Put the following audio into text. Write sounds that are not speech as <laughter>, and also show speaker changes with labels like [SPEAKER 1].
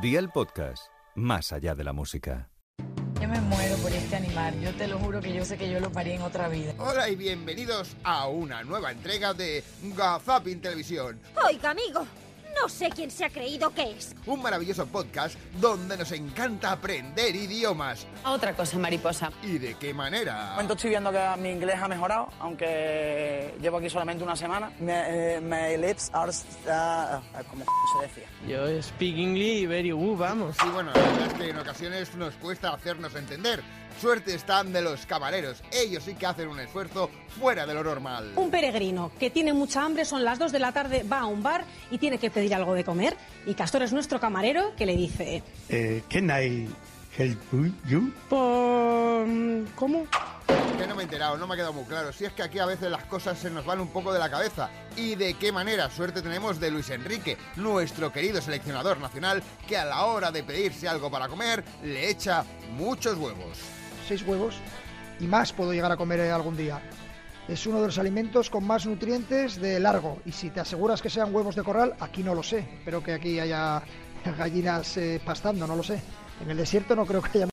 [SPEAKER 1] Día el podcast, más allá de la música.
[SPEAKER 2] Yo me muero por este animal. Yo te lo juro que yo sé que yo lo parí en otra vida.
[SPEAKER 3] Hola y bienvenidos a una nueva entrega de Gazapin Televisión,
[SPEAKER 4] Oiga, amigo, no sé quién se ha creído que es.
[SPEAKER 3] un maravilloso podcast donde nos encanta aprender idiomas.
[SPEAKER 5] Otra cosa, mariposa.
[SPEAKER 3] ¿Y de qué manera?
[SPEAKER 6] momento estoy viendo que mi inglés ha mejorado, aunque llevo aquí solamente una semana. Me, eh, my lips are... ah, ah, ¿Cómo se decía?
[SPEAKER 7] Yo speak English very good, vamos.
[SPEAKER 3] Sí, bueno, la verdad es que en ocasiones nos cuesta hacernos entender. Suerte están de los camareros, ellos sí que hacen un esfuerzo fuera de lo normal.
[SPEAKER 8] Un peregrino que tiene mucha hambre, son las 2 de la tarde, va a un bar y tiene que pedir algo de comer. Y Castor es nuestro camarero que le dice,
[SPEAKER 9] Eh, can I help you?
[SPEAKER 7] Por... ¿Cómo?
[SPEAKER 3] Que no me he enterado, no me ha quedado muy claro. Si es que aquí a veces las cosas se nos van un poco de la cabeza. ¿Y de qué manera? Suerte tenemos de Luis Enrique, nuestro querido seleccionador nacional, que a la hora de pedirse algo para comer le echa muchos huevos.
[SPEAKER 10] seis huevos y más puedo llegar a comer eh, algún día. Es uno de los alimentos con más nutrientes de largo y si te aseguras que sean huevos de corral, aquí no lo <laughs> sé. Espero que aquí haya gallinas eh, pastando, no lo sé. En el desierto no creo que haya